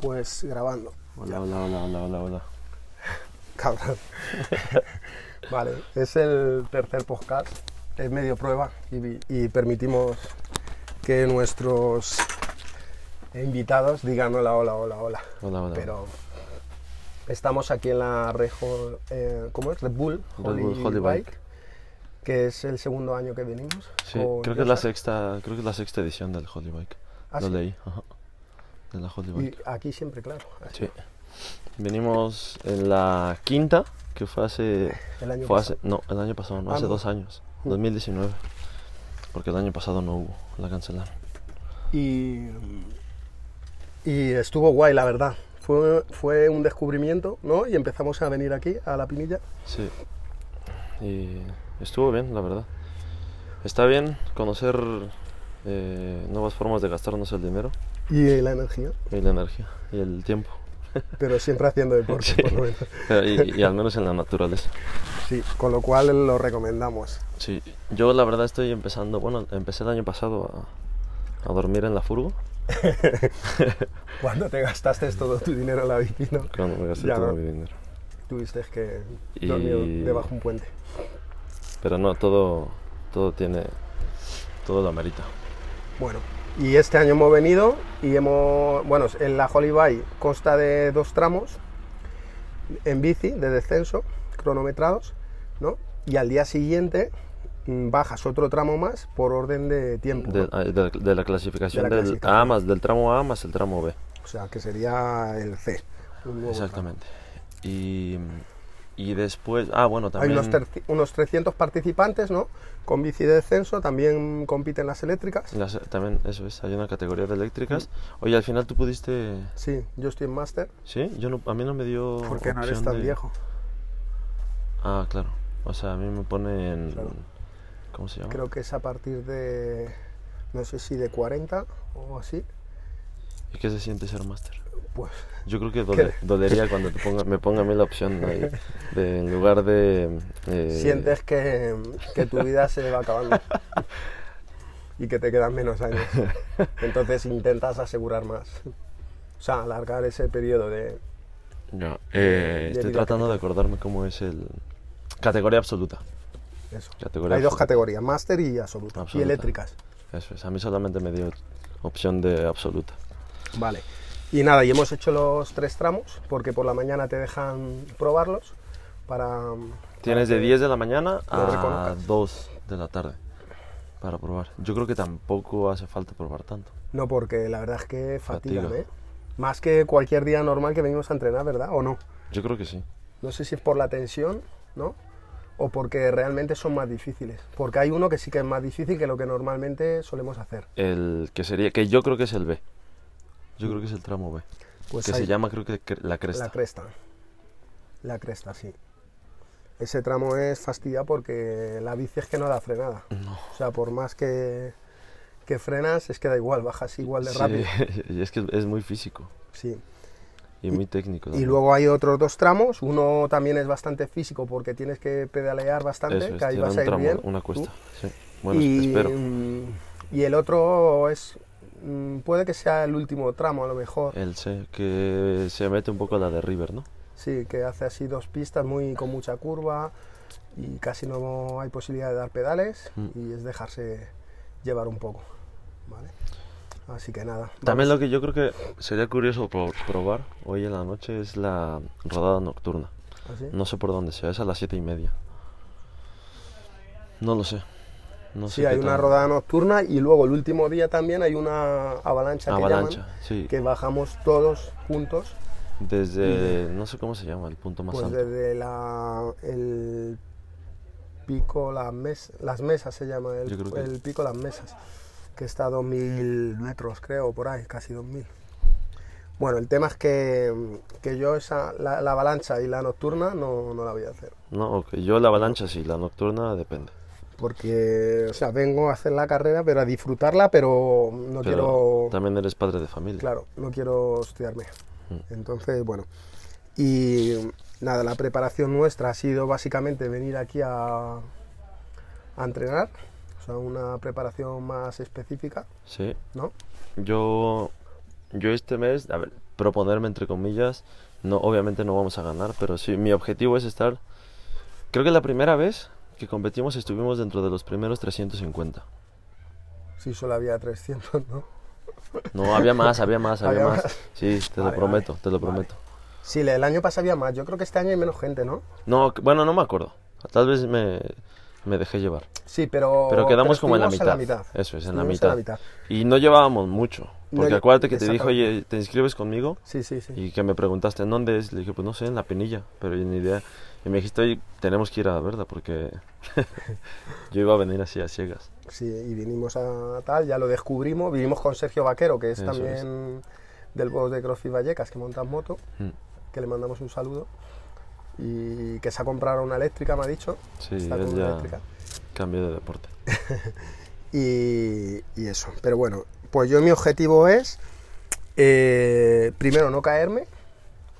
Pues grabando. Hola, hola, hola, hola, hola, hola. Cabrón. vale, es el tercer podcast. Es medio prueba y, y permitimos que nuestros invitados digan hola, hola, hola, hola. Hola, hola. Pero estamos aquí en la Rejo, eh, ¿cómo es? Red Bull Red Holy, Bull Holy Bike, Bike. que es el segundo año que venimos. Sí, con creo que es la Josep. sexta, creo que es la sexta edición del Holy Bike. Ah, Lo sí. leí, ajá. De la Holy Y Bike. aquí siempre, claro. así, Sí. Venimos en la quinta, que fue hace El año Fue pasado. hace, no, el año pasado, no, Ah, hace no. dos años, Mm. 2019. Porque el año pasado no hubo, la cancelaron. Y, y estuvo guay, la verdad. Fue, fue un descubrimiento, ¿no? Y empezamos a venir aquí, a la pinilla. Sí. Y estuvo bien, la verdad. Está bien conocer eh, nuevas formas de gastarnos el dinero Y la energía, y la energía y el tiempo. pero siempre haciendo deporte, Sí. por lo menos. Pero Y, y al menos en la naturaleza. Sí, con lo cual lo recomendamos. Sí, yo la verdad estoy empezando, bueno, empecé el año pasado a, a dormir en la furgo. Cuando te gastaste todo tu dinero en la bici, ¿no? Cuando me gasté Ya, todo ¿no? mi dinero. Tuviste que Y- dormir debajo un puente. Pero no, todo, todo tiene, todo lo amerita. Bueno, y este año hemos venido y hemos, bueno, en la Holy Bay consta de dos tramos en bici de descenso, cronometrados, ¿no? Y al día siguiente mm, bajas otro tramo más por orden de tiempo. De, ¿no? ah, de- de la clasificación De la del clasificación. A más del tramo A más el tramo B. O sea, que sería el C. un nuevo Exactamente. Y, y después, ah, bueno, tramo. Hay también unos, terci- unos 300 participantes, ¿no? Con bici de descenso, también compiten las eléctricas. las- también eso es, hay una categoría de eléctricas. Oye, al final tú pudiste, Sí, yo estoy en máster. ¿sí? Yo no, a mí no me dio Porque no eres opción tan de- viejo. Ah, claro. O sea, a mí me ponen Claro. ¿Cómo se llama? Creo que es a partir de, no sé si de 40 o así. ¿Y qué se siente ser máster? Pues Yo creo que dole- dolería cuando te ponga- me ponga a mí la opción ahí, de- en lugar de... eh, sientes que, que tu vida se va acabando y que te quedan menos años. Entonces intentas asegurar más. O sea, alargar ese periodo de... No, eh, de estoy vida tratando de acordarme cómo es el... Categoría absoluta. Eso. Categoría Hay dos absoluta. categorías, máster y absoluta, Y Absoluta. eléctricas. Eso es, a mí solamente me dio opción de absoluta. Vale. Y nada, y hemos hecho los tres tramos porque por la mañana te dejan probarlos para... Tienes de 10 de la mañana Ah, Lo a reconozcas. 2 de la tarde para probar. Yo creo que tampoco hace falta probar tanto. No, porque la verdad es que fatiga, Fatiga. ¿eh? Más que cualquier día normal que venimos a entrenar, ¿verdad? ¿O no? Yo creo que sí. No sé si es por la tensión, ¿no? O porque realmente son más difíciles. Porque hay uno que sí que es más difícil que lo que normalmente solemos hacer. El que sería, que yo creo que es el B. Yo creo que es el tramo B. Pues que hay se llama, creo que cre- la cresta. la cresta. La cresta, sí. Ese tramo es fastidia porque la bici es que no da frenada. No. O sea, por más que, que frenas, es que da igual, bajas igual de Sí, rápido. y es que es muy físico Sí. y, muy técnico. Y también. luego hay otros dos tramos. Uno también es bastante físico porque tienes que pedalear bastante, Eso es, que ahí tiene vas un a ir tramo, bien. una cuesta. tú. sí. Bueno, y, mm, espero. y el otro es. mm, Puede que sea el último tramo, a lo mejor. El C, que se mete un poco a la de River, ¿no? Sí, que hace así dos pistas muy con mucha curva y casi no hay posibilidad de dar pedales Mm. y es dejarse llevar un poco. ¿vale? Así que nada. También lo que yo creo que sería curioso pro- probar hoy en la noche es la rodada nocturna. vamos, así. No sé por dónde sea, es a las siete y media. No lo sé. No sí, sé hay qué una tal. rodada nocturna y luego el último día también hay una avalancha, que Avalancha, llaman, sí. que bajamos todos juntos, Desde, no sé cómo se llama, el punto más pues alto. desde la, el pico, las mes, las mesas se llama, el, Yo creo que- el pico, las mesas, que está a 2.000 metros creo, por ahí, casi 2.000. Bueno, el tema es que, que yo esa, la, la avalancha y la nocturna no, no la voy a hacer. No, ok, yo la avalancha sí, la nocturna depende. Porque, o sea, vengo a hacer la carrera, pero a disfrutarla, pero no Pero quiero... también eres padre de familia. Claro, no quiero estudiarme. Mm. Entonces, bueno. Y nada, la preparación nuestra ha sido básicamente venir aquí a, a entrenar. O sea, una preparación más específica, Sí. ¿no? Yo, yo este mes, a ver, proponerme entre comillas, no, obviamente no vamos a ganar, pero sí, mi objetivo es estar, creo que la primera vez que competimos estuvimos dentro de los primeros 350. Sí, solo había 300, ¿no? No, había más, había más, había, Había más. más. Sí, te Vale, lo prometo, vale, te lo vale. prometo. Sí, el año pasado había más. Yo creo que este año hay menos gente, ¿no? No, que- bueno, no me acuerdo. Tal vez me, me dejé llevar. Sí, pero. Pero quedamos como en la estuvimos mitad. Eso es, en la Estuvimos mitad. Y no llevábamos mucho. No Porque lle- acuérdate que te dije, exactamente. oye, ¿te inscribes conmigo? Sí, sí, sí. Y que me preguntaste, ¿en dónde es? Le dije, pues no sé, en la penilla, pero yo ni idea. Y me dijiste, oye, tenemos que ir a verla porque yo iba a venir así a ciegas. Sí, y vinimos a tal, ya lo descubrimos. Vinimos con Sergio Vaquero, que es Eso también del boss de CrossFit Vallecas, que monta en moto, Mm, que le mandamos un saludo. Y que se ha comprado una eléctrica, me ha dicho. Sí, Está con él una ya eléctrica. cambió de deporte. Y, y eso. Pero bueno, pues yo mi objetivo es, eh, primero, no caerme.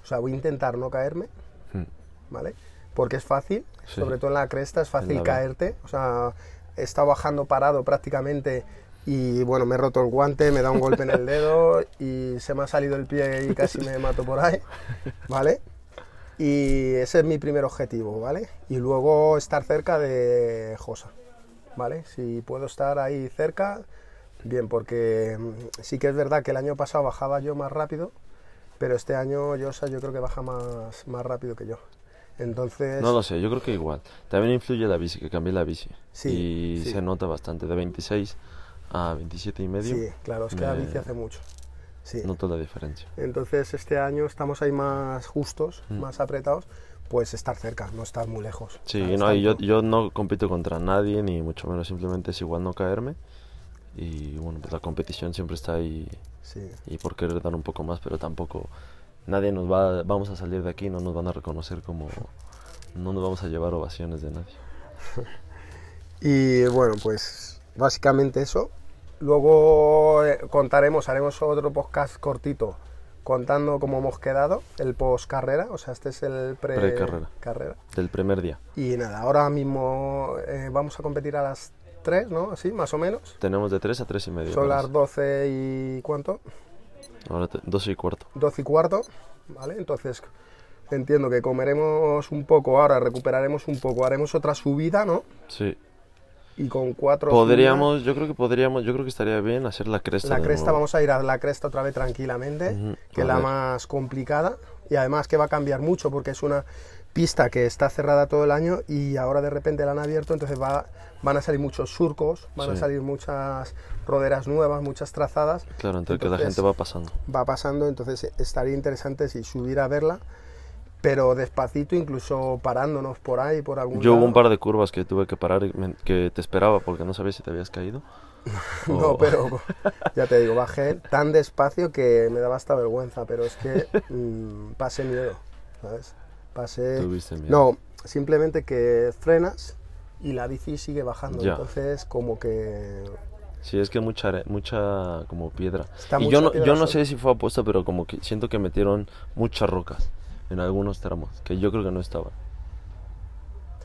O sea, voy a intentar no caerme, Mm, ¿vale? Porque es fácil, Sí. sobre todo en la cresta es En fácil la B. caerte. O sea, he estado bajando parado prácticamente y bueno, me he roto el guante, me da un golpe en el dedo y se me ha salido el pie y casi me mato por ahí, ¿vale? Y ese es mi primer objetivo, ¿vale? Y luego estar cerca de Josa, ¿vale? Si puedo estar ahí cerca, bien, porque mm, sí que es verdad que el año pasado bajaba yo más rápido, pero este año Josa yo creo que baja más, más rápido que yo. Entonces, No lo sé, yo creo que igual. También influye la bici, que cambié la bici. Sí, y sí. se nota bastante, de 26 a 27 y medio, sí, claro, es que la me- bici hace mucho. Sí. noto la diferencia. Entonces este año estamos ahí más justos, Mm. más apretados, pues estar cerca, no estar muy lejos. Sí, Claro, no, estar y yo, tú. yo no compito contra nadie, ni mucho menos, simplemente es igual no caerme. Y bueno, pues la competición siempre está ahí Sí, y por querer dar un poco más, pero tampoco nadie nos va, vamos a salir de aquí, no nos van a reconocer como, no nos vamos a llevar ovaciones de nadie. Y bueno, pues básicamente eso. Luego eh, contaremos, haremos otro podcast cortito contando cómo hemos quedado, el post carrera, o sea, este es el pre, Pre-carrera. carrera. Del primer día. Y nada, ahora mismo eh, vamos a competir a las 3, ¿no? Así, más o menos. Tenemos de 3 a 3 y medio. Son las parece. 12 y cuánto? Ahora te- 12 y cuarto. 12 y cuarto, ¿vale? Entonces entiendo que comeremos un poco ahora, recuperaremos un poco, haremos otra subida, ¿no? Sí. Y con cuatro... Podríamos, yo creo que podríamos, yo creo que estaría bien hacer la cresta. subidas- La de cresta, nuevo. vamos a ir a la cresta otra vez tranquilamente, Ujú, que a es la ver. más complicada. Y además que va a cambiar mucho porque es una pista que está cerrada todo el año y ahora de repente la han abierto, entonces va, van a salir muchos surcos, van a Sí. salir muchas roderas nuevas, muchas trazadas. Claro, entre que la Entonces- gente va pasando. va pasando, entonces eh, estaría interesante si subir a verla, pero despacito, incluso parándonos por ahí, por algún Yo hubo lado. un par de curvas que tuve que parar, y me- que te esperaba porque no sabía si te habías caído. No, o- pero ya te digo, bajé tan despacio que me daba hasta vergüenza, pero es que mm, pasé miedo, ¿sabes? Pasé... Tuviste miedo. eh, No, simplemente que frenas y la bici sigue bajando, Ya. entonces como que... Sí, es que mucha, are- mucha como piedra. Está y yo mucha no, piedra yo no sola. sé si fue apuesta, pero como que siento que metieron muchas rocas en algunos tramos, que yo creo que no estaban.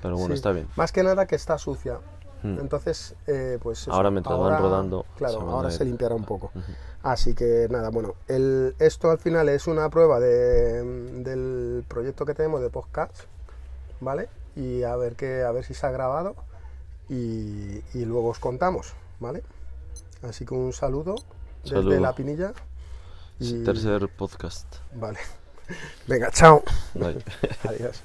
Pero bueno, sí. está bien. Más que nada que está sucia. Mm. Entonces, eh, pues eso, Ahora mientras van rodando, se Claro, van ahora a ir. se limpiará un poco. Ujú. Así que nada, bueno, el- esto al final es una prueba de- del proyecto que tenemos de podcast, ¿vale? Y a ver, que, a ver si se ha grabado y, y luego os contamos, ¿vale? Así que un saludo, Saludo. desde la pinilla. y- Tercer podcast. Vale. Venga, chao. Bye. Adiós.